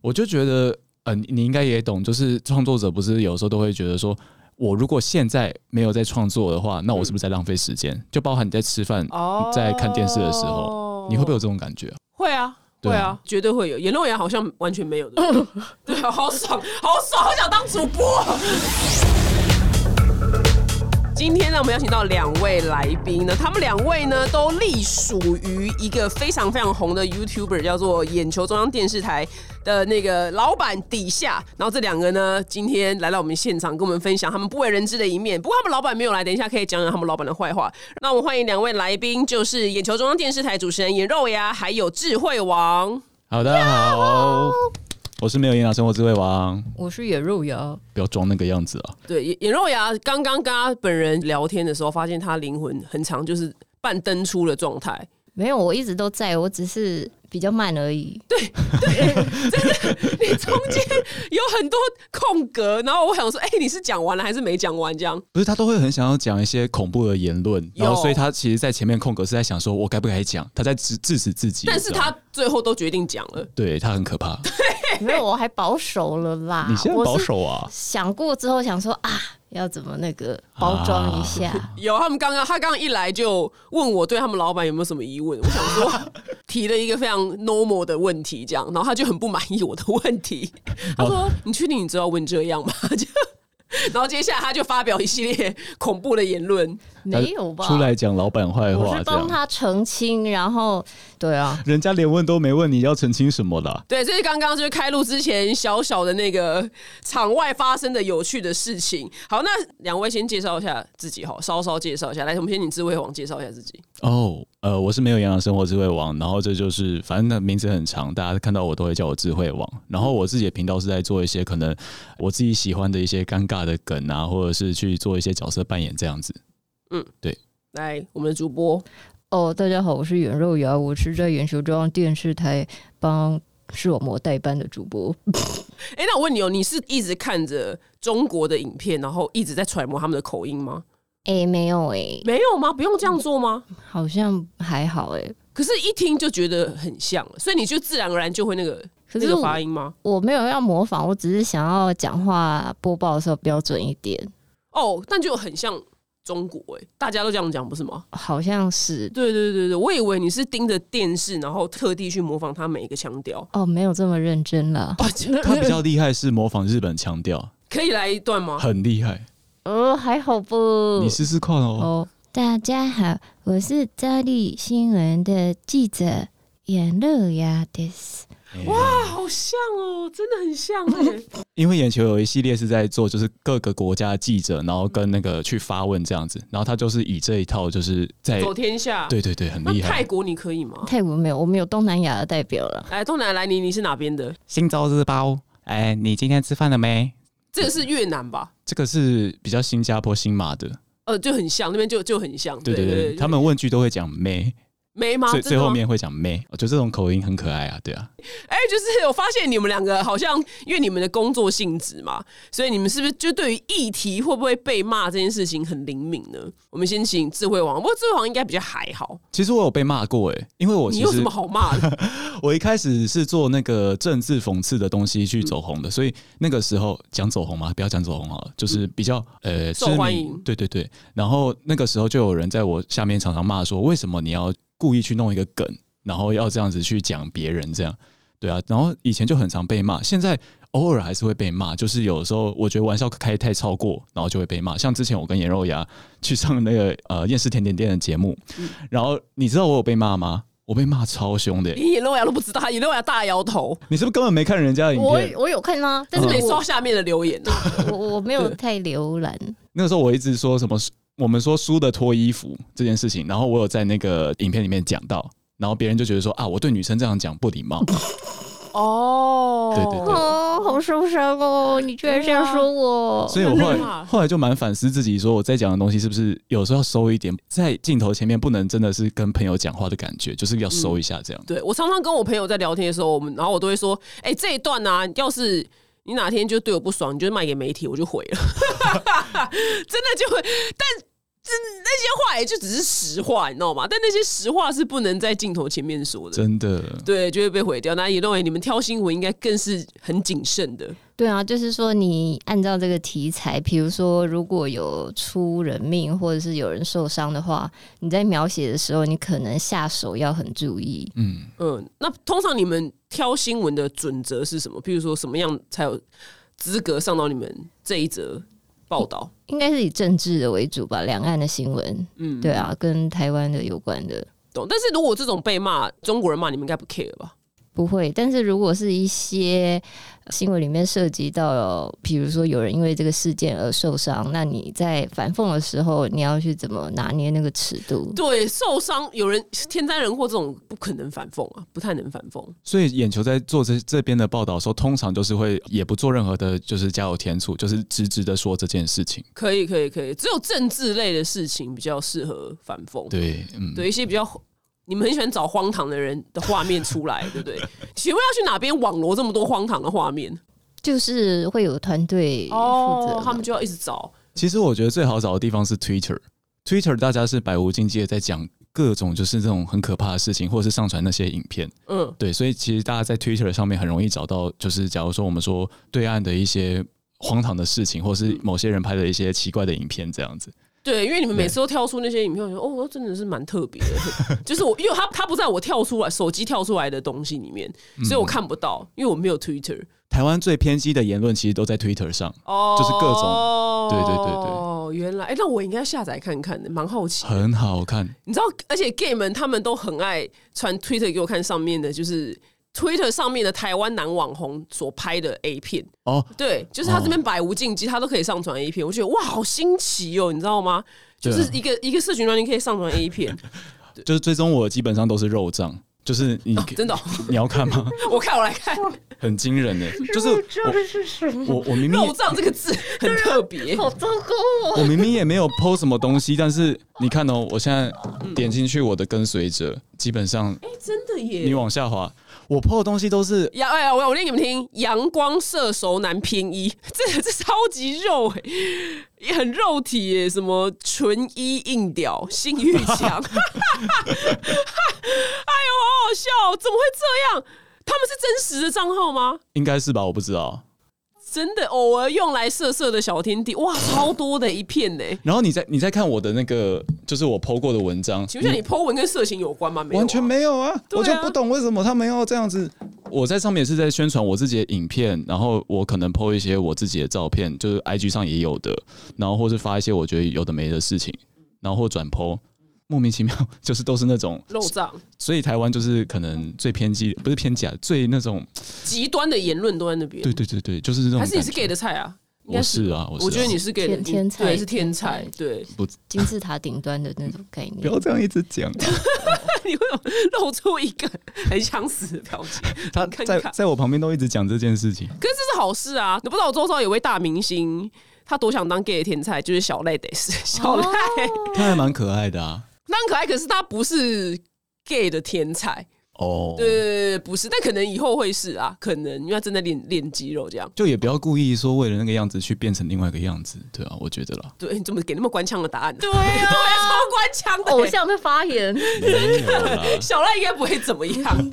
我就觉得，呃，你你应该也懂，就是创作者不是有时候都会觉得说，我如果现在没有在创作的话，那我是不是在浪费时间？就包含你在吃饭、哦你在看电视的时候，候你会不会有这种感觉啊？会啊，对会啊啊，绝对会有。颜肉羊好像完全没有的， 对啊，好爽，好爽，好想当主播。今天呢，我们邀请到两位来宾呢，他们两位呢都隶属于一个非常非常红的 YouTuber，叫做眼球中央电视台的那个老板底下。然后这两个呢，今天来到我们现场，跟我们分享他们不为人知的一面。不过他们老板没有来，等一下可以讲讲他们老板的坏话。那我们欢迎两位来宾，就是眼球中央电视台主持人颜肉芽，还有智慧王。好的，大家好，我是没有营养生活智慧王，我是野肉瑶，不要装那个样子啊！对，眼眼肉牙刚刚跟他本人聊天的时候，发现他灵魂很长，就是半登出的状态。 没有，我一直都在，我只是比较慢而已。你中间有很多空格，然后我想说，哎、你是讲完了还是没讲完？这样不是他都会很想要讲一些恐怖的言论，然后有所以他其实，在前面空格是在想说，我该不该讲？他在制制止自己， 但是你知道吗他最后都决定讲了。对他很可怕，没有，我还保守了啦。你现在我是保守啊？想过之后想说啊，要怎么那个包装一下？ 有，他们刚刚他刚刚一来就问我对他们老板有没有什么疑问，我想说提了一个非常 normal 的问题，这样，然后他就很不满意我的问题，他说：“你确定你知道问这样吗？” 就然后接下来他就发表一系列恐怖的言论，没有吧？出来讲老板坏我话，这是帮样他澄清，然后对啊，人家连问都没问，你要澄清什么啦？对，这是刚刚就是开录之前小小的那个场外发生的有趣的事情。好，那两位先介绍一下自己好，稍稍介绍一下。来，我们先请智慧王介绍一下自己。哦，呃，我是没有营养生活智慧王，然后这就是反正那名字很长，大家看到我都会叫我智慧王。然后我自己的频道是在做一些可能我自己喜欢的一些尴尬的梗啊，或者是去做一些角色扮演这样子。来，我们的主播哦，大家好，我是袁肉瑶，啊我是在眼球中央电视台帮视网膜代班的主播。哎、那我问你哦，你是一直看着中国的影片，然后一直在揣摩他们的口音吗？哎、没有哎、没有吗？不用这样做吗？好像还好哎、可是，一听就觉得很像了，所以你就自然而然就会那个可那是个我发音吗？我没有要模仿，我只是想要讲话播报的时候标准一点，哦，但就很像中国哎、大家都这样讲不是吗？好像是对对对对，我以为你是盯着电视，然后特地去模仿他每一个腔调。 哦，没有这么认真了。哦，他比较厉害是模仿日本腔调，可以来一段吗？很厉害，哦，还好不？呃你试试看哦。哦，大家好，我是朝日新闻的记者严乐雅的。哇，好像哦，真的很像 哎。因为眼球有一系列是在做，就是各个国家的记者，然后跟那个去发问这样子，然后他就是以这一套就是在走天下，哎对对对，很那厉泰害。国你可以吗？泰国没哦有，我们有东南亚的代表了。来，东南来你你是哪边的？新招日包，哎，你今天吃饭了没？这个是越南吧？这个是比较新加坡新马的，呃，就很像，那边就就很像。对对对对，他们问句都会讲妹，没吗？最真的最后吗。面会讲妹，我觉得这种口音很可爱啊，对啊，哎、就是我发现你们两个好像，因为你们的工作性质嘛，所以你们是不是就对于议题会不会被骂这件事情很灵敏呢？我们先请智慧王，不过智慧王应该比较还好。其实我有被骂过诶、哎因为我你其有什实么好骂的？我一开始是做那个政治讽刺的东西去走红的，所以那个时候讲走红嘛，不要讲走红好了，就是比较呃受知名欢迎对对对。然后那个时候就有人在我下面常常骂说，为什么你要故意去弄一个梗，然后要这样子去讲别人这样？对啊，然后以前就很常被骂，现在偶尔还是会被骂，就是有时候我觉得玩笑开太超过，然后就会被骂。像之前我跟颜肉芽去上那个呃厌世甜点店的节目，然后你知道我有被骂吗？我被骂超凶的、连眼露牙都不知道，他眼露牙大摇头，嗯你是不是根本没看人家的影我片？嗯我有看啊，但但是是没我刷下面的留言、啊。我我没有太浏览。那个时候我一直说什么，我们说输的脱衣服这件事情，然后我有在那个影片里面讲到，然后别人就觉得说啊，我对女生这样讲不礼貌。哦对对对哦，好受伤哦！你居然啊这样说我，所以我后真的啊来后来就蛮反思自己，说我在讲的东西是不是有时候要收一点，在镜头前面不能真的是跟朋友讲话的感觉，就是要收一下这样。对我常常跟我朋友在聊天的时候，我们然后我都会说，哎、这一段呢、啊，要是你哪 天就对我不爽，你就卖给媒体，我就毁了，真的就会。但那些话也就只是实话，你知道吗？但那些实话是不能在镜头前面说的，真的。对，就会被毁掉。那也认为你们挑新闻应该更是很谨慎的。对啊，就是说你按照这个题材，比如说如果有出人命或者是有人受伤的话，你在描写的时候，你可能下手要很注意。嗯，嗯，那通常你们挑新闻的准则是什么？譬如说，什么样才有资格上到你们这一则报道？应该是以政治的为主吧，两岸的新闻，嗯，对啊，跟台湾的有关的懂。但是如果这种被骂中国人骂，你们应该不 care 吧？不会。但是如果是一些新闻里面涉及到，比如说有人因为这个事件而受伤，那你在反讽的时候，你要去怎么拿捏那个尺度？对，受伤有人天灾人祸这种不可能反讽啊，不太能反讽。所以眼球在做这这边的报道的时候，通常就是会也不做任何的，就是加油添醋，就是直直的说这件事情。可以，可以，可以，只有政治类的事情比较适合反讽。对，嗯，对一些比较你们很喜欢找荒唐的人的画面出来， 对不对？请问要去哪边网罗这么多荒唐的画面？哦就是会有团队负责嘛，他们就要一直找。其实我觉得最好找的地方是 Twitter。Twitter 大家是百无禁忌的在讲各种就是这种很可怕的事情，或者是上传那些影片。嗯，对，所以其实大家在 Twitter 上面很容易找到，就是假如说我们说对岸的一些荒唐的事情，或是某些人拍的一些奇怪的影片这样子。对，因为你们对每次都跳出那些影片，我觉得哦，真的是蛮特别的。 就是我，因为它它不在我跳出来手机跳出来的东西里面，所以嗯我看不到，因为我没有 Twitter。台湾最偏激的言论其实都在 Twitter 上，哦，就是各种对对对对哦，原来，哎、那我应该下载看看的，蛮好奇的。很好看。你知道，而且 gay 们他们都很爱传 Twitter 给我看上面的，就是 Twitter 上面的台湾男网红所拍的 A 片。哦，对，就是他这边百无禁忌，他都可以上传 A 片。我觉得哇，好新奇哦，你知道吗？啊就是一个、一个社群软件可以上传 A 片，就是追踪我基本上都是肉账，就是你、真的哦、你要看吗？ 我看我来看，很惊人呢、欸 就是是什我我我明明肉胀这个 字很特别。好糟糕哦！ 我明明也没有 PO 什么东西，但是你看哦，我现在点进去我的跟随者，基本上哎、真的你耶！往下滑，我 PO 的东西都是阳哎呀，我我念给你们听，阳光射手男偏一， 这这超级肉哎、也很肉体耶、什么纯一硬屌，性欲 强，哎呦，好好笑哦、怎么会这样？他们是真实的账号吗？应该是吧？我不知道。真的偶尔用来色色的小天地，哇，超多的一片呢、然后你再你再看我的那个，就是我 PO 过的文章，请问一下，你 Po 文跟色情有关吗？没有、完全。没有啊！对啊我就不懂为什么他们要这样子。我在上面也是在宣传我自己的影片，然后我可能 PO 一些我自己的照片，就是 IG 上也有的，然后或是发一些我觉得有的没的事情，然后或转 PO，莫名其妙 就是都是那种，肉账，所以台湾就是可能最偏激，不是偏激啊，最那种，极端的言论都在那边。对对对对，就是这种还感是觉。你是 gay 的菜啊？应该我是啊，我是啊我觉得你是 gay 的天天菜对，是天才天，对。 金字塔顶端的那种概念，不要这样一直讲，你为什么露出一个很想死的表情？他看在看在我旁边都一直讲这件事情。可是这是好事啊！你不知道我周遭有位大明星，他多想当 gay 的天才，就是小赖得是哦小赖，他还蛮可爱的啊。那很可爱，可是他不是 gay 的天才，哦，对，不是，但可能以后会是啊，可能因为他正在练练肌肉这样。就也不要故意说为了那个样子去变成另外一个样子，对啊，我觉得啦。对，你怎么给那么官腔的答案？对啊 哦呀、 超官腔的、啊偶像的发 言。没有啦， 小赖应该不会怎么样。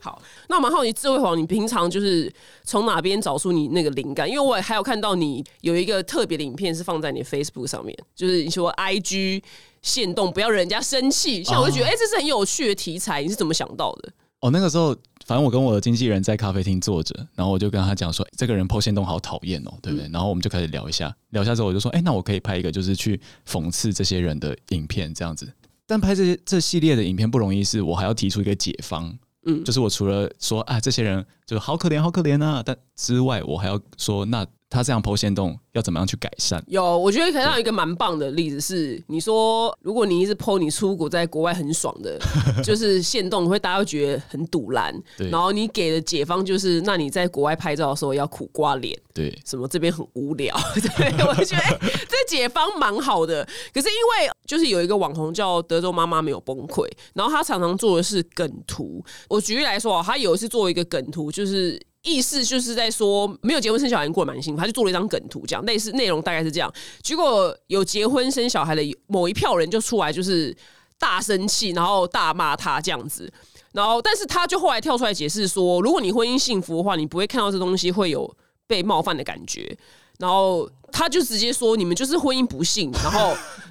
好，那我蛮好奇，智慧皇，你平常就是从哪边找出你那个灵感？因为我还有看到你有一个特别的影片是放在你的 Facebook 上面，就是你说 IG 限动不要惹人家生气，像我就觉得哎、诶这是很有趣的题材，你是怎么想到的？哦，那个时候，反正我跟我的经纪人在咖啡厅坐着，然后我就跟他讲说，这个人剖线动好讨厌哦，对不对？然后我们就开始聊一下，聊一下之后我就说，哎、那我可以拍一个就是去讽刺这些人的影片这样子。但拍这些这系列的影片不容易，是我还要提出一个解方，嗯就是我除了说啊这些人就好可怜好可怜啊，但之外我还要说，那他这样剖线动要怎么样去改善？有，我觉得可能有一个蛮棒的例子是，你说如果你一直 PO 你出国在国外很爽的，就是限动会大家会觉得很堵拦，对然后你给的解方就是，那你在国外拍照的时候要苦瓜脸，对，什么这边很无聊， 对我觉得、哎 这解方蛮好的。可是因为就是有一个网红叫德州妈妈没有崩溃，啊然后她常常做的是梗图。我举例来说哦，她有一次做一个梗图，就是意思就是在说没有结婚生小孩过得蛮幸福，他就做了一张梗图，这样类似内容大概是这样。结果有结婚生小孩的某一票人就出来，就是大生气，然后大骂他这样子。然后，但是他就后来跳出来解释说，如果你婚姻幸福的话，你不会看到这东西会有被冒犯的感觉。然后他就直接说，你们就是婚姻不幸。然后，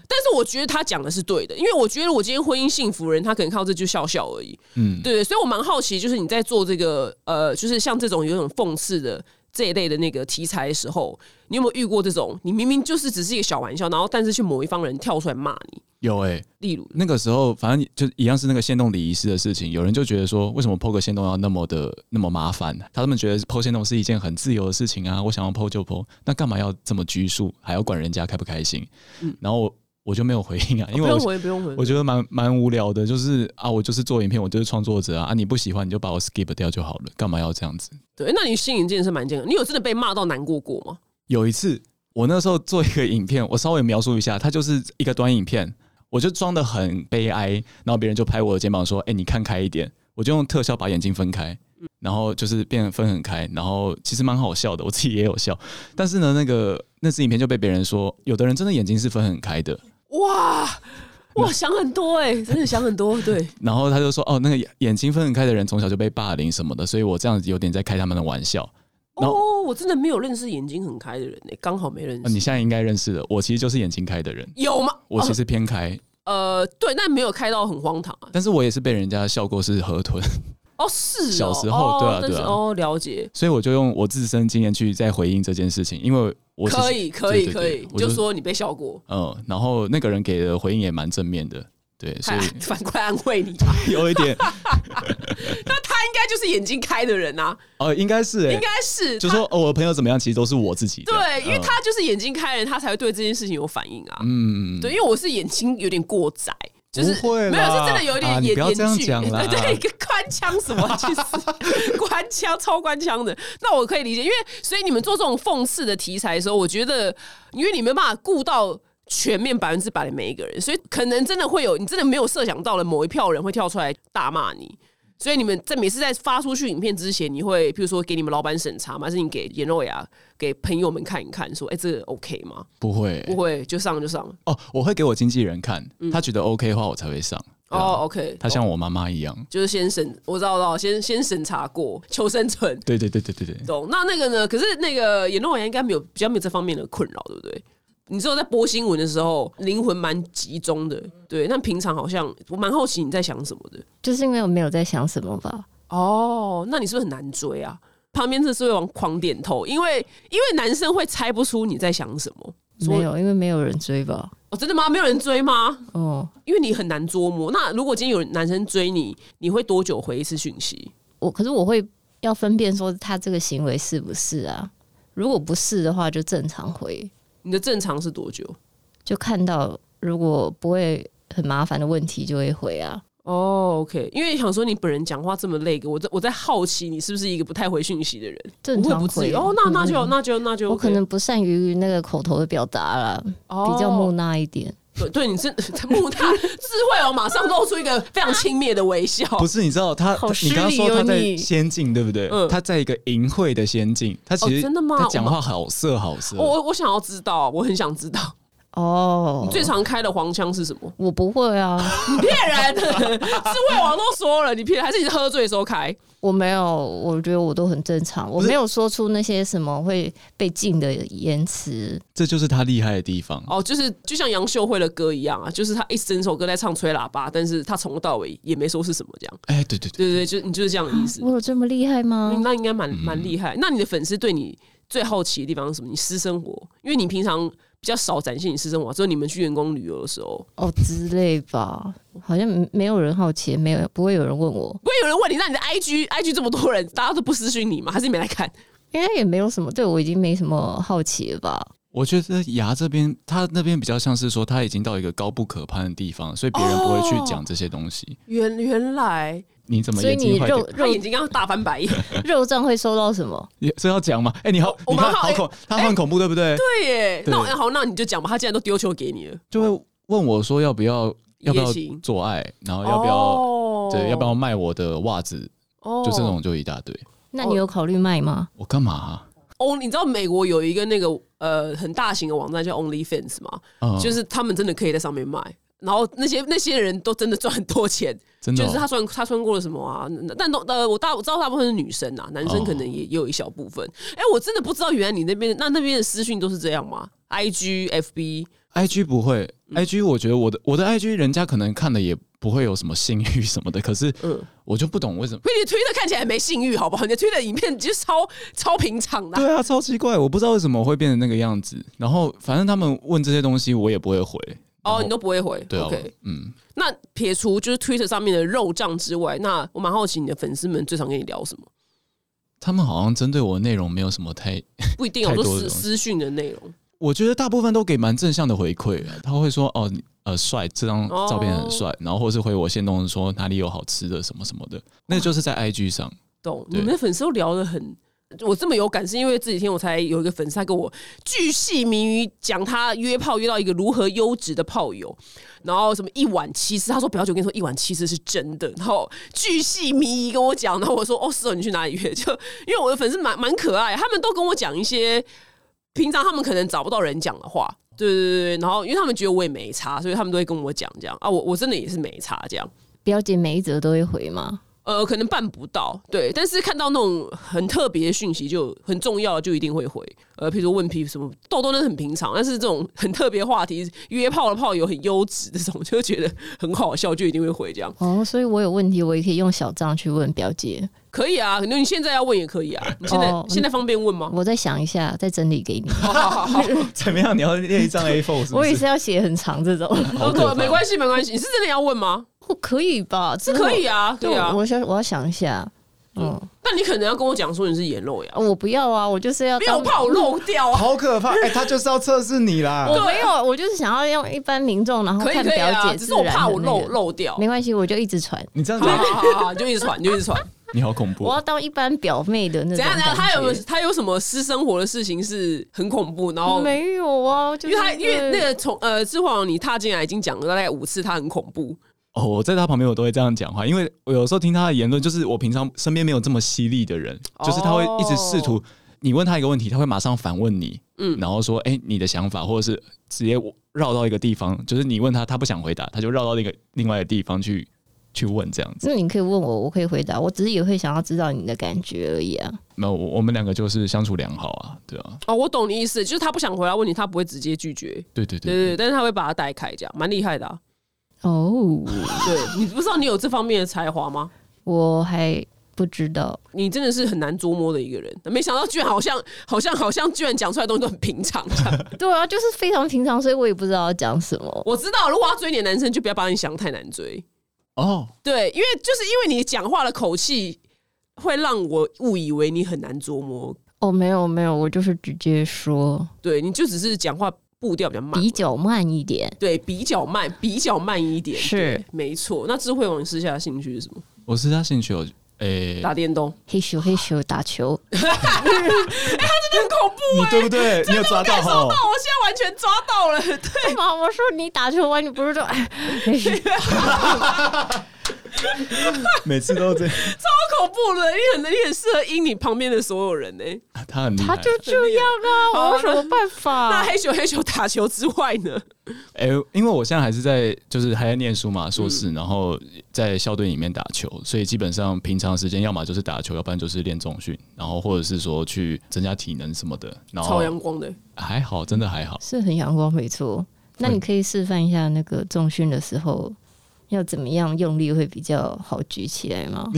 但是我觉得他讲的是对的，因为我觉得我今天婚姻幸福的人，他可能看到这就笑笑而已。嗯，对，所以我蛮好奇，就是你在做这个呃，就是像这种有一种讽刺的这一类的那个题材的时候，你有没有遇过这种？你明明就是只是一个小玩笑，然后但是却某一方人跳出来骂你，有诶、例如那个时候反正就一样是那个限动礼仪师的事情，有人就觉得说，为什么剖个限动要那么的那么麻烦？他们觉得剖限动是一件很自由的事情啊， 我想要剖就剖，那干嘛要这么拘束，还要管人家开不开心？然后我我就没有回应啊，因哦不为用我回，不用回，我觉得蛮蛮无聊的，就是啊，我就是做影片，我就是创作者啊，啊你不喜欢你就把我 skip 掉就好了，干嘛要这样子？对，那你心理建设蛮健康。你有真的被骂到难过过吗？有一次，我那时候做一个影片，我稍微描述一下，它就是一个短影片，我就装的很悲哀，然后别人就拍我的肩膀说：“哎、你看开一点。”我就用特效把眼睛分开，然后就是变分很开，然后其实蛮好笑的，我自己也有笑。但是呢，那个那支影片就被别人说，有的人真的眼睛是分很开的，哇嗯哇，想很多哎、真的想很多。对，然后他就说：“哦，那个眼眼睛分很开的人从小就被霸凌什么的，所以我这样子有点在开他们的玩笑。”然后哦，我真的没有认识眼睛很开的人哎、刚好没认识。呃你现在应该认识了，我其实就是眼睛开的人，有吗？哦我其实偏开，呃，对，但没有开到很荒唐啊。但是我也是被人家笑过是河豚。哦，是哦小时候对啊哦但是对啊哦，了解。所以我就用我自身经验去再回应这件事情，因为我其实可以，可以，对对可对以，我就说你被笑过，嗯，然后那个人给的回应也蛮正面的，对，所还以 反过来安慰你吧。有一 点那他应该就是眼睛开的人啊，哦，应该是哎、应该是就他说哦，我的朋友怎么样，其实都是我自己的，对，因为嗯他就是眼睛开的人，他才会对这件事情有反应啊。嗯，对，因为我是眼睛有点过窄。就是不会啦没有，是真的有一啊点你眼不要眼这样距，讲啦对 对，一个官腔什么去死， 官腔超官腔的，那我可以理解，因为所以你们做这种讽刺的题材的时候，我觉得因为你没办法顾到全面百分之百的每一个人，所以可能真的会有你真的没有设想到的某一票人会跳出来大骂你，所以你们在每次在发出去影片之前，你会譬如说给你们老板审查吗？还是你给颜若雅给朋友们看一看，说哎、这个 OK 吗？不会、不会，就上就上哦，我会给我经纪人看，他觉得 OK 的话，我才会上。对啊嗯哦，OK，他像我妈妈一样，就是先审，我知道，我知道，先先审查过，求生存，对对对对对对，懂？那那个呢？可是那个演诺员应该没有比较没有这方面的困扰，对不对？你只有在播新闻的时候，灵魂蛮集中的，对。那平常好像我蛮好奇你在想什么的。就是因为我没有在想什么吧。哦，那你是不是很难追啊？旁边这是会往狂点头，因为因为男生会猜不出你在想什么。说没有，因为没有人追吧。哦，真的吗？没有人追吗？哦，因为你很难捉摸。那如果今天有男生追你，你会多久回一次讯息？我可是我会要分辨说他这个行为是不是啊？如果不是的话，就正常回，你的正常是多久？就看到如果不会很麻烦的问题就会回啊。哦、o k 因为想说你本人讲话这么累，我在我在好奇你是不是一个不太回讯息的人？正常不会不至于回哦，那那就嗯那就那就我可能不善于那个口头的表达啦，比较木木讷一点。哦对对，你是 木讷，智慧哦，马上露出一个非常轻蔑的微笑。 不是你知道他，好你刚刚失礼说哦他在你仙境对不对？嗯他在一个淫秽的仙境，他其实、哦真的吗哦他讲话好色好色，我我我想要知道，我很想知道哦你，最常开的黄腔是什么？我不会啊，你骗人！ 智慧王都说了，你骗，还是你喝醉的时候开？我没有，我觉得我都很正常，我不是没有说出那些什么会被禁的言辞。这就是他厉害的地方。哦，就是就像杨秀慧的歌一样啊，就是她一整首歌在唱吹喇叭，但是她从头到尾也没说是什么这样。哎、对对对，对对对，就你就是这样的意思。我有这么厉害吗嗯？那应该蛮蛮厉害。那你的粉丝对你最好奇的地方是什么？你私生活，因为你平常比较少展现你私生活，只有你们去员工旅游的时候，哦之类吧，好像没没有人好奇，没有不会有人问我，不会有人问你，那你的 IG IG 这么多人，大家都不私讯你吗？还是你没来看？应该也没有什么对我已经没什么好奇了吧？我觉得牙这边，他那边比较像是说他已经到一个高不可攀的地方，所以别人不会去讲这些东西。原原来你怎么所以眼你睛坏肉掉？ 他肉眼睛刚刚大翻白眼， 肉胀会收到什么？你这要讲吗？哎、你好，哦我你我蛮看好哎好恐，他很恐怖，对不对？对耶。对那我好，那你就讲吧。他既然都丢球给你了，就会问我说要不要要不要也行做爱，然后要不要、哦对要不要卖我的袜子，哦就这种就一大堆。那你有考虑卖吗？我干嘛啊、哦，你知道美国有一个那个呃很大型的网站叫 OnlyFans 吗？嗯就是他们真的可以在上面卖，然后那些那些人都真的赚很多钱，真的哦、就是他穿他穿过了什么啊？但都呃，我大我知道大部分是女生啊，男生哦可能也也有一小部分。哎、我真的不知道，原来你那边那那边的私讯都是这样吗？I G F B I G 不会，I G 我觉得我的我的 I G 人家可能看的也不会有什么性欲什么的，可是嗯我就不懂为什么。因为你推的看起来很没性欲，好不好？你推的影片就是超超平常的啊、对啊，超奇怪，我不知道为什么会变成那个样子。然后反正他们问这些东西，我也不会回。然后哦，你都不会回。对啊 OK，嗯，那撇除就是 Twitter 上面的肉账之外，那我蛮好奇你的粉丝们最常跟你聊什么？他们好像针对我的内容没有什么太，不一定啊，太多我说这私种私讯的内容。我觉得大部分都给蛮正向的回馈。他会说哦，你呃，帅，这张哦照片很帅，然后或是回我现动说哪里有好吃的什么什么的，那就是在 I G 上。懂，你对们的粉丝都聊得很。我这么有感，是因为这几天我才有一个粉丝，他跟我巨细靡于讲他约炮约到一个如何优质的炮友，然后什么一晚七次，他说表姐我跟你说一晚七次是真的，然后巨细靡遗跟我讲，然后我说哦是哦，你去哪里约？ 就因为我的粉丝蛮蛮可爱，他们都跟我讲一些平常他们可能找不到人讲的话，对对对对，然后因为他们觉得我也没差，所以他们都会跟我讲这样啊，我我真的也是没差这样。表姐每一则都会回吗？呃，可能办不到，对，但是看到那种很特别的讯息就很重要，就一定会回。呃，譬如说问皮什么痘痘，那是很平常，但是这种很特别话题，约炮的炮友很优质，这种就觉得很好笑，就一定会回这样。哦，所以我有问题，我也可以用小账去问表姐。可以啊，可能你现在要问也可以啊，你现在、哦现在方便问吗？我再想一下，再整理给你。好好好好， 怎么样？你要列一张 A4 是不是？我也是要写很长这种，好可对，怕没关系没关系，你是真的要问吗？我哦可以吧？是可以啊，之可后。以对啊啊，。我想我要想一下。嗯，那你可能要跟我讲说你是眼肉呀啊，我不要啊，我就是要没有当怕我漏掉啊。好可怕！哎、他就是要测试你啦。我没有，我就是想要用一般民众，然后可以看可以表啊，姐只自是我然的那个、怕我漏漏掉。没关系，我就一直传。你这样好子，好好好，你就一直传，你就一直传。你好恐怖我。要当一般表妹的那种怎样怎样？感他有觉没有他有什么私生活的事情是很恐怖？然后 没有啊？就因是为他因为那个从呃志煌你踏进来已经讲了大概五次，他很恐怖。哦，我在他旁边我都会这样讲话，因为我有时候听他的言论，就是我平常身边没有这么犀利的人，就是他会一直试图，你问他一个问题，他会马上反问你，嗯嗯，然后说，哎、你的想法，或者是直接绕到一个地方，就是你问他，他不想回答，他就绕到那个另外一个地方去去问这样子。那你可以问我，我可以回答。我只是也会想要知道你的感觉而已啊。没有，我我们两个就是相处良好啊，对啊，哦，我懂你意思，就是他不想回答问题，他不会直接拒绝，对对对对对对，但是他会把他带开，这样蛮厉害的、啊。哦， 对你不知道你有这方面的才华吗？我还不知道。你真的是很难捉摸的一个人，没想到居然好像好像好像居然讲出来的东西都很平常。 对啊，就是非常平常，所以我也不知道要讲什么。我知道，如果要追你的男生，就不要把你想太难追。哦，对，因为就是因为你讲话的口气，会让我误以为你很难捉摸。哦，没有没有，我就是直接说对，你就只是讲话步调比较慢，比较慢一点。对比较慢，比较慢一点，是对没错。那智慧王私下的兴趣是什么？我是他兴趣有，诶、打电动，嘿咻嘿咻，打 球。很恐怖。你对不对？你有抓到哦，哈？我现在完全抓到了，对，干嘛？我说你打球完，你不是说哎嗯嘿咻每次都这样， 好恐怖了！你很你很适合阴你旁边的所有人呢、他很厉他害。就这样啊，我有什么办哦那法？黑球黑球打球之外呢？哎、因为我现在还是在，就是还在念书嘛，硕嗯士，然后在校队里面打球，所以基本上平常时间要么就是打球，要不然就是练重训，然后或者是说去增加体能什么的。然后超阳光的，还好，真的还好。是很阳光，没错。那你可以示范一下那个重训的时候要怎么样用力会比较好举起来吗？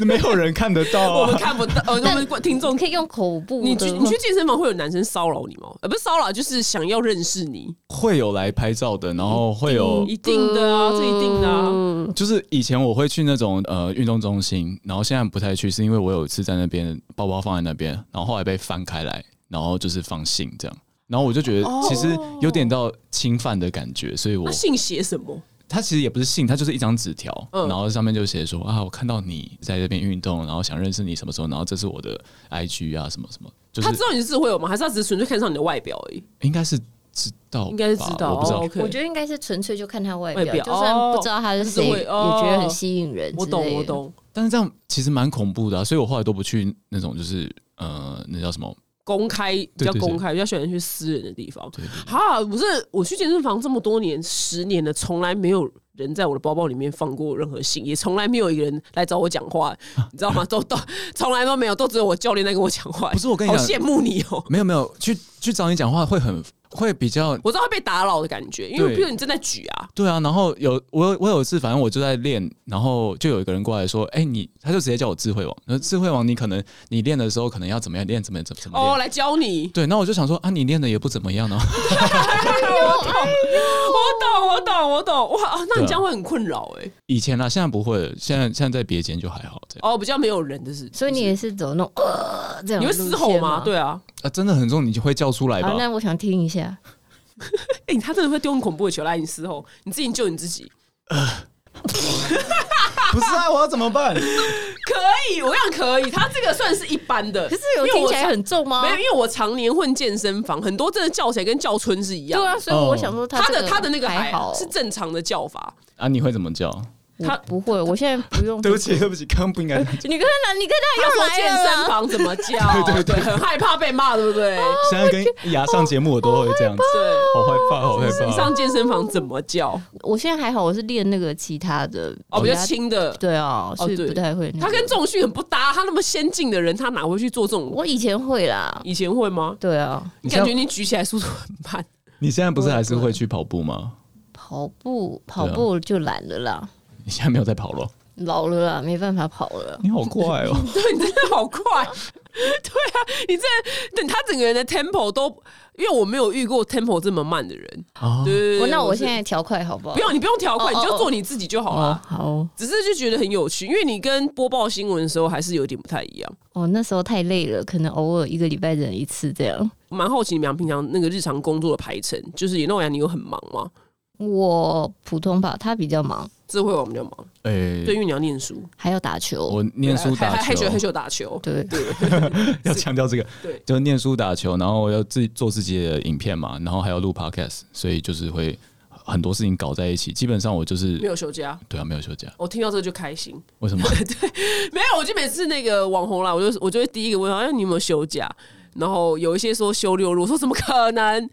没有人看得到 我们啊，看不到，呃，我们观听众你可以用口部的你去你去健身房会有男生骚扰你吗？呃，不是骚扰，就是想要认识你， 会有来拍照的，然后会有。一定的啊，这一定的啊。嗯就是以前我会去那种呃运动中心，然后现在不太去，是因为我有一次在那边包包放在那边，然后后来被翻开来，然后就是放信这样，然后我就觉哦得其实有点到侵犯的感觉，所以我那信写什么？它其实也不是信，它就是一张纸条，嗯然后上面就写说啊，我看到你在这边运动，然后想认识你什么时候，然后这是我的 IG 啊，什么什么，就是他知道你是智慧友吗？还是他只是纯粹看上你的外表而已？应该是知道吧，应该是知道，我不知道。哦，OK 我觉得应该是纯粹就看他外外表就算不知道他是谁，哦也觉得很吸引人之类的。我懂，我懂。但是这样其实蛮恐怖的、啊，所以我后来都不去那种就是呃，那叫什么？公开比较公开，比较喜欢去私人的地方。对对哈，不是我去健身房这么多年，十年了，从来没有人在我的包包里面放过任何信，也从来没有一个人来找我讲话， 你知道吗？都都从来都没有，都只有我教练在跟我讲话。不是我跟你好讲羡慕你哦、没有没有，去去找你讲话会很会比较我知道会被打扰的感觉，因为对比如你正在举啊，对啊。然后有我有我有一次，反正我就在练，然后就有一个人过来说：“哎、你他就直接叫我智慧王。”那智慧王，你可能你练的时候可能要怎么样练，怎么怎么怎么练。哦，来教 你。对，那我就想说啊，你练的也不怎么样啊呢、哎 我懂，我懂，我懂。哇，啊那对你啊这样会很困扰哎、以前啦，现在不会了，现在现在在别间就还好。这样哦，比较没有人的是，所以你也是走那种呃这样，你会嘶吼吗？。对啊，啊，真的很重，你就会叫出来吧好，？那我想听一下，哎、他真的会丢很恐怖的球来你嘶吼，你自己救你自己。不是啊，我要怎么办？可以，我跟你讲可以，他这个算是一般的，可是 有因为听我起来常很重吗？没有，因为我常年混健身房，很多真的叫起来跟叫春是一样对的。啊，所以我想说哦他这的他的那个还好，是正常的叫法，啊，你会怎么叫？他他不会，我现在不用。对不起，对不起，刚刚不应该。你跟他，你跟他他又说来健了啊身房怎么叫？ 对对对，很害怕被骂，对不对？哦现在跟牙上节目我都会这样子，对，好害怕，好害怕你上。健身房怎么叫？我现在还好，我是练那个其他的哦，比较。轻的。对啊，所以对不太会那个。他跟重训很不搭，他那么先进的人，他哪会去做这种？我以前会啦，以前会吗？对啊，你现感在觉你举起来速度很慢。你现在不是还是会去跑步吗？跑步跑步就懒了啦，你现在没有在跑了，老了啦，没办法跑了。你好快哦！ 对你真的好快，对啊，你这等他整个人的 tempo 都，因为我没有遇过 tempo 这么慢的人。啊，对对对我哦那我是现在调快好不好？不用，你不用调快，哦你哦就哦做你自己就好哦了。，好只是就觉得很有趣，因为你跟播报新闻的时候还是有点不太一样。哦，那时候太累了，可能偶尔一个礼拜忍一次这样。我蛮好奇你们俩平常那个日常工作的排程，就是也诺亚，你有很忙吗？我普通吧，他比较忙，这会我们就忙，哎对，，因为你要念书，还要打球。我念书还打还还球球，还球打球，对，要强调这个，对就念书打球，然后要自己做自己的影片嘛，然后还要录 podcast，所以就是会很多事情搞在一起。基本上我就是没有休假。对啊，没有休假，我听到这个就开心，为什么？没有，我就每次那个网红啦，我就我就会第一个问他，哎，你有没有休假？然后有一些说休六日，我说怎么可能？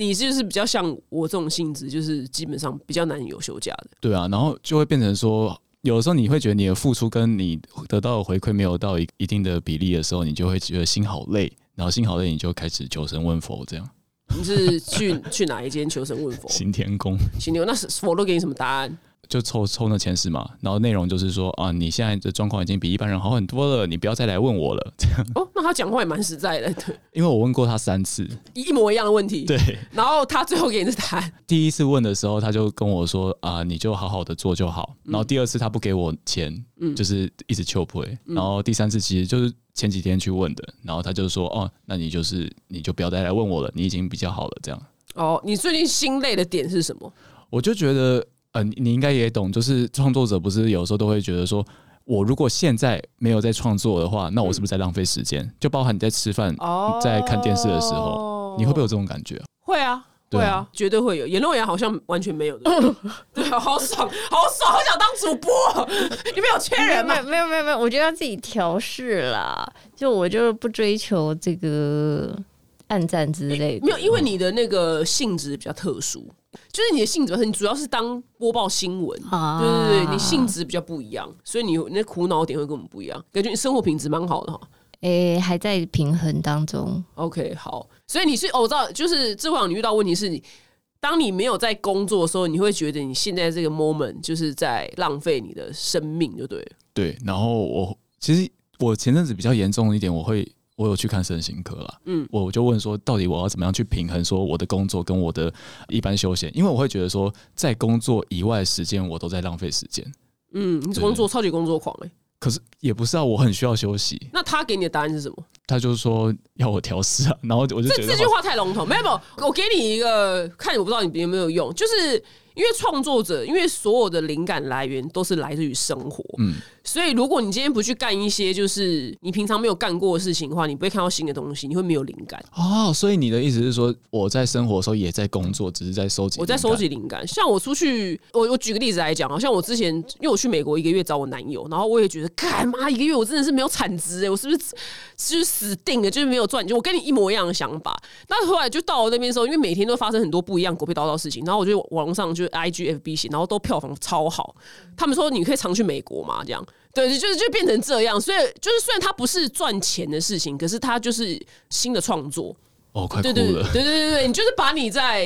你就是比较像我这种性质，就是基本上比较难有休假的。对啊，然后就会变成说，有的时候你会觉得你的付出跟你得到的回馈没有到一一定的比例的时候，你就会觉得心好累，然后心好累，你就开始求神问佛，这样你是去 去哪一间求神问佛？行天宫犀牛，那是佛都给你什么答案？就抽抽那前十嘛，然后内容就是说啊，你现在的状况已经比一般人好很多了，你不要再来问我了， 这样，哦，那他讲话也蛮实在的， 对，因为我问过他三次， 一模一样的问题。，对，然后他最后给你的答案，第一次问的时候，他就跟我说啊，你就好好的做就好。嗯然后第二次他不给我钱，就是一直求赔。嗯然后第三次其实就是前几天去问的，然后他就说哦，那你就是你就不要再来问我了，你已经比较好了。这样，哦，你最近心累的点是什么？我就觉得，呃，你你应该也懂，就是创作者不是有时候都会觉得说。我如果现在没有在创作的话，那我是不是在浪费时间？就包含你在吃饭、哦你在看电视的时候，你会不会有这种感觉啊？会啊，会对啊啊，绝对会有。颜若阳好像完全没有 的，对啊，好爽，好爽，好想当主播。 你们有缺没有人吗没？有没有没有没有， 我觉得要自己调试啦。就我就是不追求这个暗战之类的，没有，因为你的那个性质比较特殊，就是你的性质本身，你主要是当播报新闻。啊对对对，你性质比较不一样，所以你那苦恼点会跟我们不一样，感觉你生活品质蛮好的哈。诶、还在平衡当中。 OK，好，所以你是、哦、我知道，就是智慧网你遇到问题是你，当你没有在工作的时候，你会觉得你现在这个 moment 就是在浪费你的生命，就对了。对，然后我其实我前阵子比较严重一点，我会我有去看身心科啦，嗯嗯，我就问说，到底我要怎么样去平衡说我的工作跟我的一般休闲？因为我会觉得说，在工作以外的时间我都在浪费时间，嗯，你对工作超级工作狂哎、可是也不是啊，我很需要休息。那他给你的答案是什么？他就说要我调试啊，然后我就这觉得这句好话太笼统，没有没有，我给你一个看，我不知道你有没有用，就是因为创作者，因为所有的灵感来源都是来自于生活，嗯所以如果你今天不去干一些就是你平常没有干过的事情的话，你不会看到新的东西，你会没有灵感。哦，所以你的意思是说，我在生活的时候也在工作，只是在收集，我在收，集灵感，像我出去，我我举个例子来讲，好啊像我之前因为我去美国一个月找我男友，然后我也觉得，干妈一个月我真的是没有产值哎、我是不是就是死定了，就是没有赚钱？我跟你一模一样的想法。那后来就到了那边的时候，因为每天都发生很多不一样狗屁叨叨的事情，然后我就网络上就是 I G F B 写，然后都票房超好。他们说你可以常去美国嘛，这样对，就是就变成这样。所以就是虽然它不是赚钱的事情，可是它就是新的创作。哦，快哭对对对了，对对对，你就是把你在。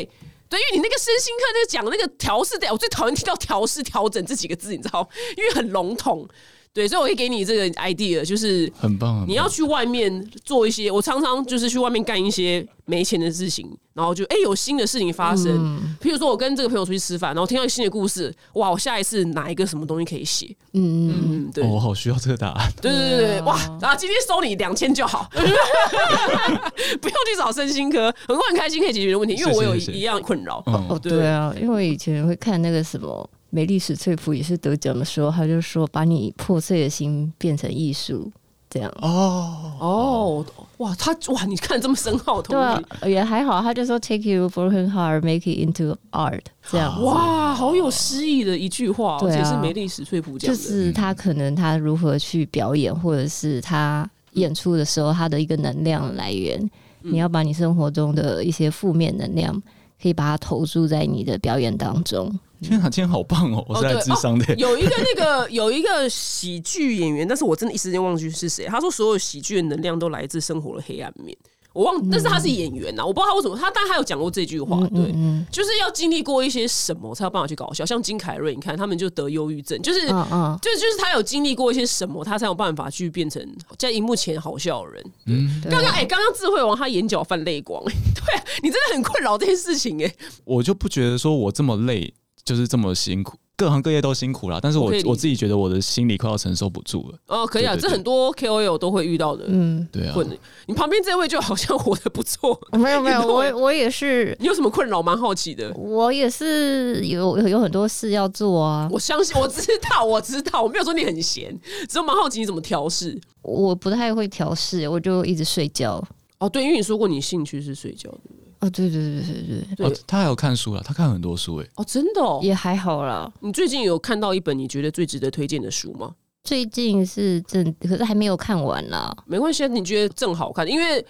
对，因为你那个身心课那个讲那个调试的，我最讨厌听到调试、调整这几个字，你知道吗，因为很笼统。对，所以我可以给你这个 idea，就是很棒，很棒你要去外面做一些，我常常就是去外面干一些没钱的事情，然后就哎、有新的事情发生，嗯譬如说我跟这个朋友出去吃饭，然后听到一个新的故事，哇，我下一次哪一个什么东西可以写？嗯，嗯，对哦，，我好需要这个答案。对对对对，哦哇！然后今天收你两千就好， 不用去找身心科，很快很开心可以解决的问题，因为我有是是是一样困扰。哦，嗯，对啊，因为我以前会看那个什么《美丽史翠普》也是得奖的时候，他就说把你破碎的心变成艺术，这样。哦，哦，哇，他哇，你看得这么深奥，同对啊学，，也还好，他就说 take your broken heart, make it into art，这样。哇，好有诗意的一句话哦，啊对啊也是梅丽史翠普讲就的。是他可能他如何去表演，或者是他演出的时候他的一个能量来源。嗯你要把你生活中的一些负面能量，可以把它投注在你的表演当中。天啊，今天好棒哦！我是来对智商的，有一个那个有一个喜剧演员，但是我真的一时间忘记是谁。他说所有喜剧的能量都来自生活的黑暗面。我忘，但是他是演员啊呐、我不知道他为什么他，但他有讲过这句话，哦嗯对，就是要经历过一些什么才有办法去搞笑。像金凯瑞，你看他们就得忧郁症，就是嗯嗯，就就是他有经历过一些什么，他才有办法去变成在荧幕前好笑的人。嗯，刚刚哎，刚刚智慧王他眼角泛泪光、 哎，对、啊、你真的很困扰这件事情哎、我就不觉得说我这么累，就是这么辛苦，各行各业都辛苦啦。但是我我可以理解我自己觉得我的心理快要承受不住了。哦，可以啊，对对对这很多 KOL 都会遇到的嗯，对啊，困难。你旁边这位就好像活得不错，没有 没有，你懂我我也是，你有什么困扰？蛮好奇的。我也是有有有很多事要做啊。我相信，我知道，我知道，我没有说你很闲，只是我蛮好奇你怎么调试。我不太会调试，我就一直睡觉。哦，对，因为你说过你兴趣是睡觉的。哦，对对对对对，对哦，他还有看书啦，他看很多书欸诶。哦，真的哦。也还好啦。你最近有看到一本你觉得最值得推荐的书吗？最近是正，可是还没有看完啦。没关系啊，你觉得正好看，因为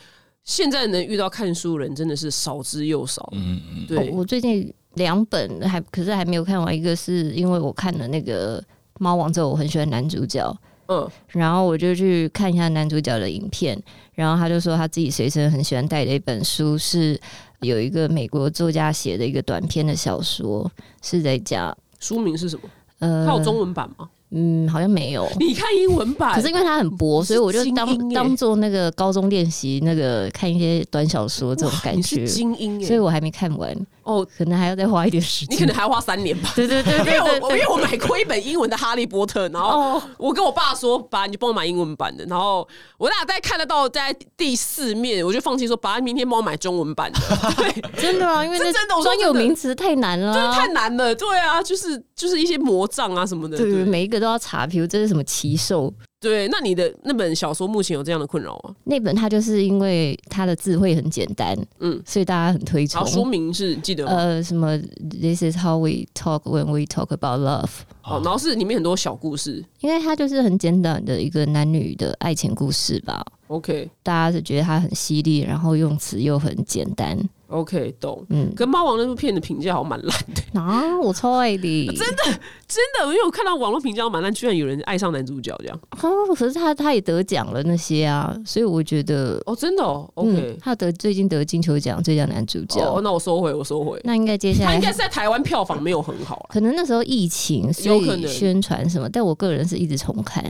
现在能遇到看书人真的是少之又少。嗯嗯，对，哦我我最近两本还，可是还没有看完。一个是因为我看了那个《猫王》之后，我很喜欢男主角，嗯，然后我就去看一下男主角的影片，然后他就说他自己随身很喜欢带的一本书是有一个美国作家写的一个短篇的小说，是在讲书名是什么？呃，它有中文版吗？嗯，好像没有。你看英文版，可是因为它很薄，所以我就你是精当英耶欸当做那个高中练习那个看一些短小说这种感你觉是，精英耶，所以我还没看完，哦，可能还要再花一点时你可间。能还花三年吧。对对对 因为对我对哦我因为我买过一本英文的《哈利波特》， 然后我跟我爸说：“爸，你就帮我买英文版的。”然后我大概看得到在第四面，我就放弃说：“爸，明天帮我买中文版的。” 对，真的啊，因为这那真的我说专有真的名词太难了就是啊、太难了。对啊，就是就是一些魔杖啊什么的。对对每一个都要查，比如这是什么奇兽。对，那你的那本小说目前有这样的困扰吗？那本它就是因为它的字会很简单，嗯嗯，所以大家很推然后说崇。明是记得吗？呃，什么？This is how we talk when we talk about love。啊哦，然后是里面很多小故事。因为它就是很简短的一个男女的爱情故事吧， OK 大家是觉得它很犀利，然后用词又很简单。 OK，懂。嗯，跟猫王那部片的评价好像蛮烂的， 啊，我超爱的，真的真的，因为我看到网络评价蛮烂，居然有人爱上男主角这样。哦。可是他他也得奖了那些啊，所以我觉得哦，真的哦，OK 嗯、。他得最近得金球奖最佳男主角，哦，那我收回，我收回。那应该接下他来应该是在台湾票房没有很好啊啦。可能那时候疫情，所有可能以宣传什么，但我个人是一直重看，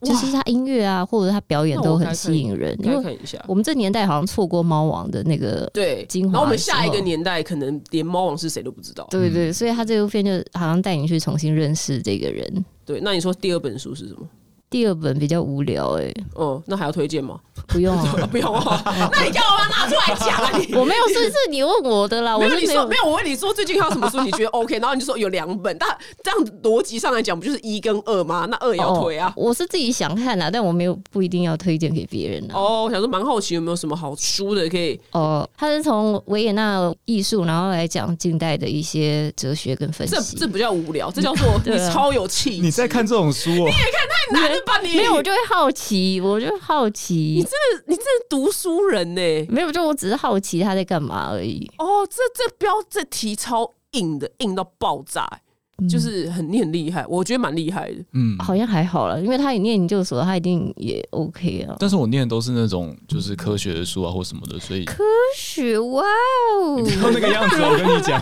哇就是他音乐啊或者他表演那我都该很看吸引人，因来为看嗯一下，我们这年代好像错过猫王的那个。对。精然华的后我们下一个时候年代可能连猫王是谁都不知道。对对，所以他这部片就好像带你去重新认识这个人。对，那你说第二本书是什么？第二本比较无聊、欸，哎，哦，那还要推荐吗？不 用啊。啊不用哦，那你干嘛拿出来讲啊？你我没有，是是你问我的啦，没有我是你没说有没有，我问你说最近看到什么书你觉得 OK，然后你就说有两本，但这样逻辑上来讲，不就是一跟二吗？那二也要推啊。哦我是自己想看啦，但我没有不一定要推荐给别人啦。哦，我想说蛮好奇有没有什么好书的可以，哦，他是从维也纳艺术，然后来讲近代的一些哲学跟分这析。这不叫无聊，这叫做对你啊超有气。你在看这种书 哦、太难了吧你？没有，我就会好奇，我就好奇，你这是读书人呢、没有，就我只是好奇他在干嘛而已。哦，这这标这题超硬的，硬到爆炸、就是很你很厉害，我觉得蛮厉害的。嗯，嗯好像还好了，因为他也念研究所，他一定也 OK 啊。但是我念的都是那种就是科学的书啊或什么的，所以科学，哇嗯哦，然后那个样子，我跟你 讲，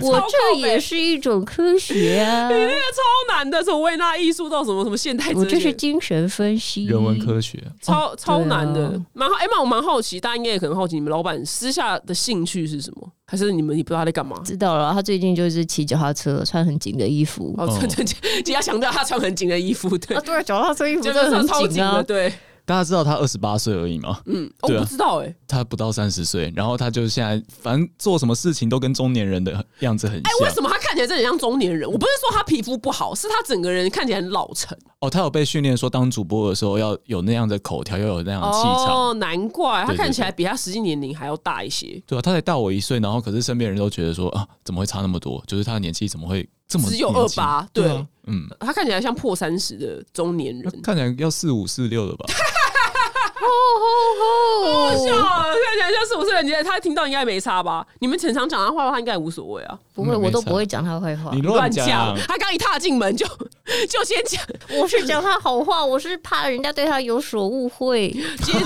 我这北也是一种科学 啊，超难的，从维也纳艺术到什么什么现代我哲这是学，精神分析，人文科学，超超难对的啊。蛮好，哎、那我蛮好奇，大家应该也可能好奇，你们老板私下的兴趣是什么？还是你们你不知道他在干嘛？知道了，他最近就是骑脚踏车，穿很紧的衣服。嗯哦，这这这，要强调他穿很紧的衣服，对啊，，对，脚踏车衣 服就真的是超很紧紧的，啊。对，大家知道他二十八岁而已嘛，嗯，哦对我啊不知道哎、他不到三十岁，然后他就现在反正做什么事情都跟中年人的样子很哎、为像。什么他看起来真的很像中年人？我不是说他皮肤不好，是他整个人看起来很老成。哦，他有被训练说当主播的时候要有那样的口条，要有那样的啊气场。哦，难怪他对对看起来比他实际年龄还要大一些。对啊，他才大我一岁，然后可是身边人都觉得说啊，怎么会差那么多？就是他的年纪怎么会这么只有年轻28对啊嗯，他看起来像破三十的中年他人，看起来要四五四六了 吧？哦笑，啊看起来像是不是人家他听到应该没差吧？你们常常讲他坏话，他应该也无所谓啊。不会，嗯没我都差不会讲他坏话你。乱乱讲讲，，他刚一踏进门就 就先讲，我是讲他好话，我是怕人家对他有 所误会。今天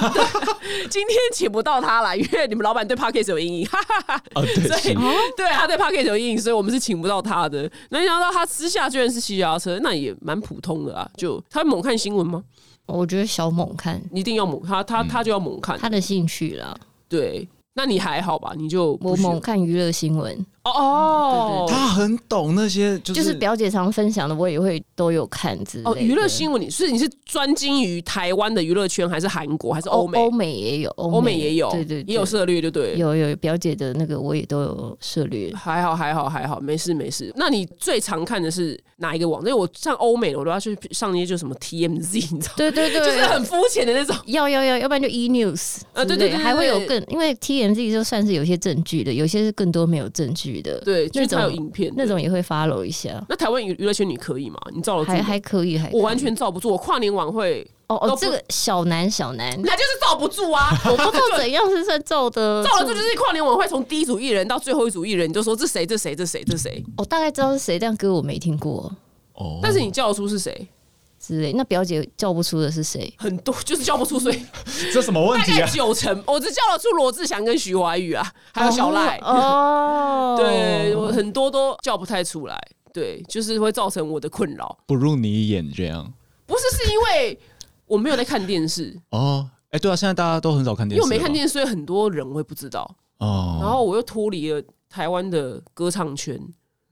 今天请不到他啦，因为你们老板对 Parkes 有 阴影，哈哈哈。啊，对，所以哦是对啊他对 Parkes 有阴影，所以我们是请不到他的。那没想到他私下居然是骑脚踏车，那也蛮普通的啊。就他猛看新闻吗？我觉得小猛看一定要猛，他他他就要猛看。嗯他的兴趣啦，对，那你还好吧？你就不我需猛看娱乐新闻，哦哦，他很懂那些，就就是是表姐常分享的，我也会都有看之类的。哦，娱乐新闻，你是你是专精于台湾的娱乐圈，还是韩国，还是欧欧美？哦欧美也有，欧欧美也有，对对，对也有涉猎，就对了。有有有表姐的那个我也都有涉 猎。还好，还好，还好，没事没事。那你最常看的是哪一个网站？因为我上欧美的，我都要去上那些就什么 TMZ，你知道，对对对，就是很肤浅的那种。 要要要，要不然就 E News 啊对之对类对对还会有对更，因为 TMZ 就算是有些证据的，有些是更多没有证据的，对，就那是它有种影片的那。种也会 follow 一下，那台湾娱娱乐圈你可以吗？你照得住还吗？还可以，还可以哦我完全照不住，我跨年晚会哦都不哦，这个小男小男，那就是照不住啊！ 我 不知道怎样是算照的，照得住就是跨年晚会，从第一组艺人到最后一组艺人，你就说这谁这谁这谁这谁，我哦大概知道是谁，但歌我没听过哦，但是你叫得出是谁？之类。那表姐叫不出的是谁？很多 就是叫不出， 所以这什么问大题概啊？九成，我只叫得出罗志祥跟徐怀钰啊，还有小赖。哦，对我很多都叫不太出来，对，就是会造成我的困扰。不入你眼这样不是是因为我没有在看电视，哦。哎，对啊，现在大家都很少看因电视，为我没看电视，所以很多人我也不知道。哦。然后我又脱离了台湾的歌唱圈，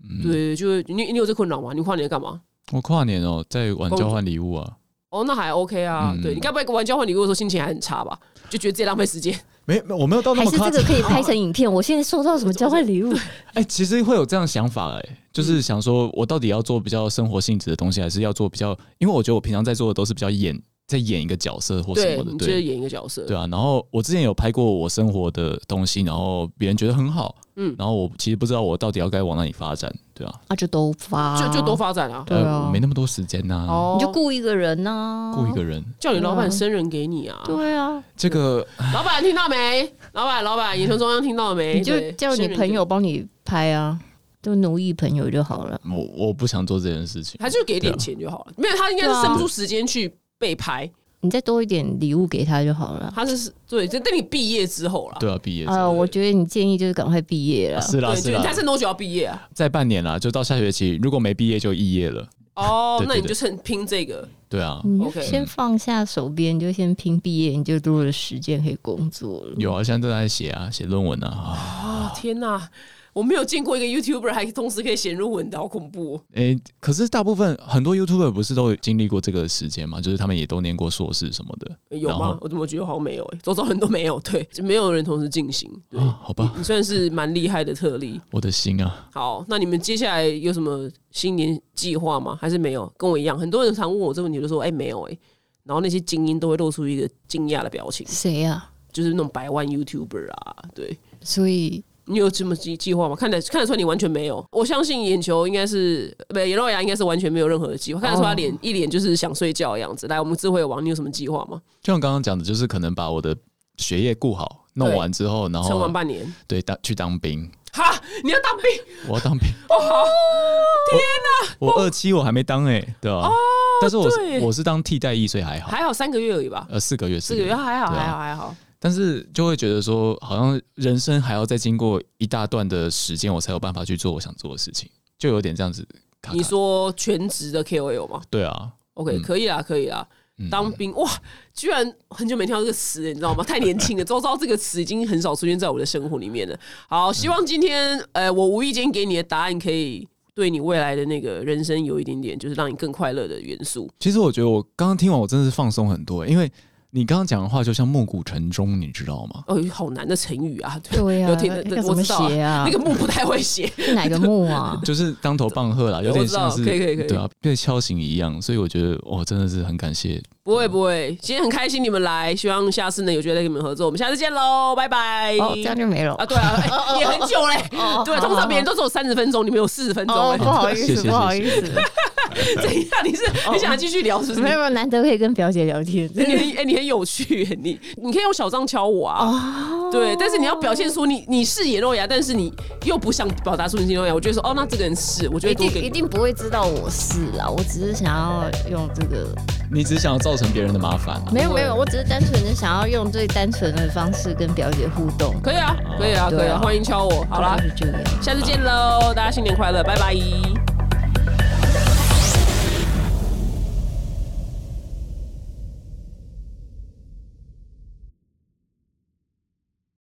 嗯对，就是你你有这困扰吗？你跨年干嘛？我跨年哦，在玩交换礼物啊，哦，那还 OK 啊。嗯对你该不会玩交换礼物的时候心情还很差吧？就觉得自己浪费时间。没，没我没有哦到那还么是夸这个张。可以拍成影片。我现在收到什么交换礼 物？哎、其实会有这样想法、哎，嗯就是想说我到底要做比较生活性质的东西，还是要做比较？因为我觉得我平常在做的都是比较演，在演一个角色或什对，么的，你就是对演一个角色。对啊。然后我之前有拍过我生活的东西，然后别人觉得很好，嗯嗯，然后我其实不知道我到底要该往哪里发展，对啊，呃啊，就都发，就就多，发展啊。对啊我没那么多时间呐、哦，你就雇一个人呐，雇一个人，叫你老板生人给你啊。对啊，这个老板听到没？老板，老板，眼球中央听到了没？你就哎对叫你朋，生友人帮你拍啊，就奴役朋友就好了。我我不想做这件事情给，他就给点钱就好了。没有，他应该是对啊生不出时间去被拍。你再多一点礼物给他就好了。他是对，就等你毕业之后啦。对啊，毕业之啊，类我觉得你建议就是赶快毕业了的。是啦哎对，是就啦他，剩多久要毕业啊？再半年啦，就到下学期，如果没毕业就�毕业了。哦，对对那你对就趁拼这个。对啊，你就 OK 先放下手边，你就先拼毕业，你就多了时间可以工作了。有啊，现在都在写啊，写论文啊啊，啊！天哪，我没有见过一个 YouTuber 还同时可以写论文的，好恐怖哦！诶、可是大部分很多 YouTuber 不是都经历过这个时间嘛，就是他们也都念过硕士什么的，有然吗后？我怎么觉得好像没有、欸？周遭人都没有，对，就没有人同时进行。对，啊，好吧，你算是蛮厉害的特例。我的心啊，好，那你们接下来有什么新年计划吗？还是没有？跟我一样，很多人常问我这个问题，我就说：“哎、没有哎、然后那些精英都会露出一个惊讶的表情，谁呀、就是那种百万 YouTuber 啊，对。所以你有这么计计划吗？看得看得出来你完全没有。我相信眼球应该是不对，眼肉牙应该是完全没有任何的计划，看得出他脸、一脸就是想睡觉的样子。来，我们智慧王，你有什么计划吗？就像刚刚讲的，就是可能把我的学业顾好，弄对完之后，然撑后完半年，对当去当兵，哈，你要当兵我要当兵，哦，啊好，我二期我还没当哎、对吧、啊？但是我哦对是我是当替代役，所以还好，还好三个月而已吧，呃，四个月，四个月还好，哦对啊还好，还好。但是就会觉得说，好像人生还要再经过一大段的时间，我才有办法去做我想做的事情，就有点这样子卡卡。你说全职的 KOL 吗对啊， ？OK，嗯可以啦，可以啦。嗯当兵哇，居然很久没听到这个词了，你知道吗？太年轻了，周遭这个词已经很少出现在我的生活里面了。好，嗯希望今天呃，我无意间给你的答案可以。对你未来的那个人生有一点点，就是让你更快乐的元素。其实我觉得我刚刚听完，我真的是放松很多、因为你刚刚讲的话就像暮鼓晨钟，你知道吗？哦，有好难的成语啊！对呀、有啊，听对要我怎么知道啊写啊？那个木不太会写，哪个木 啊？就是当头棒喝啦，有点像是哦我知道可以可以可以对啊，被敲醒一样。所以我觉得我真的是很感谢不会不会。今天很开心你们来，希望下次呢有机会再跟你们合作。我们下次见喽，拜拜。哦，这样哦就没了。啊，对啊，哎也很久嘞。哦啊对，通常别人都只有三十分钟，你们有四十分钟哦，哎。不好意谢思，谢不好意 思，怎样？哎你是你想继续聊是不是？ 哦没有没有，难得可以跟表姐聊天，你很哎，你很有趣， 你你可以用小账敲我啊，哦对，但是你要表现出你你是眼肉牙，但是你又不想表达出你是眼肉牙，我觉得说哦，那这个人是，我觉 一得多定给一你。定不会知道我是啦，我只是想要用这个，你，只想要造成别人的麻烦、啊。没有没有，我只是单纯的想要用最单纯的方式跟表姐互动。可以啊，可以啊，对可以啊，啊欢迎敲我。好啦就，是这样。下次见喽，大家新年快乐，拜拜。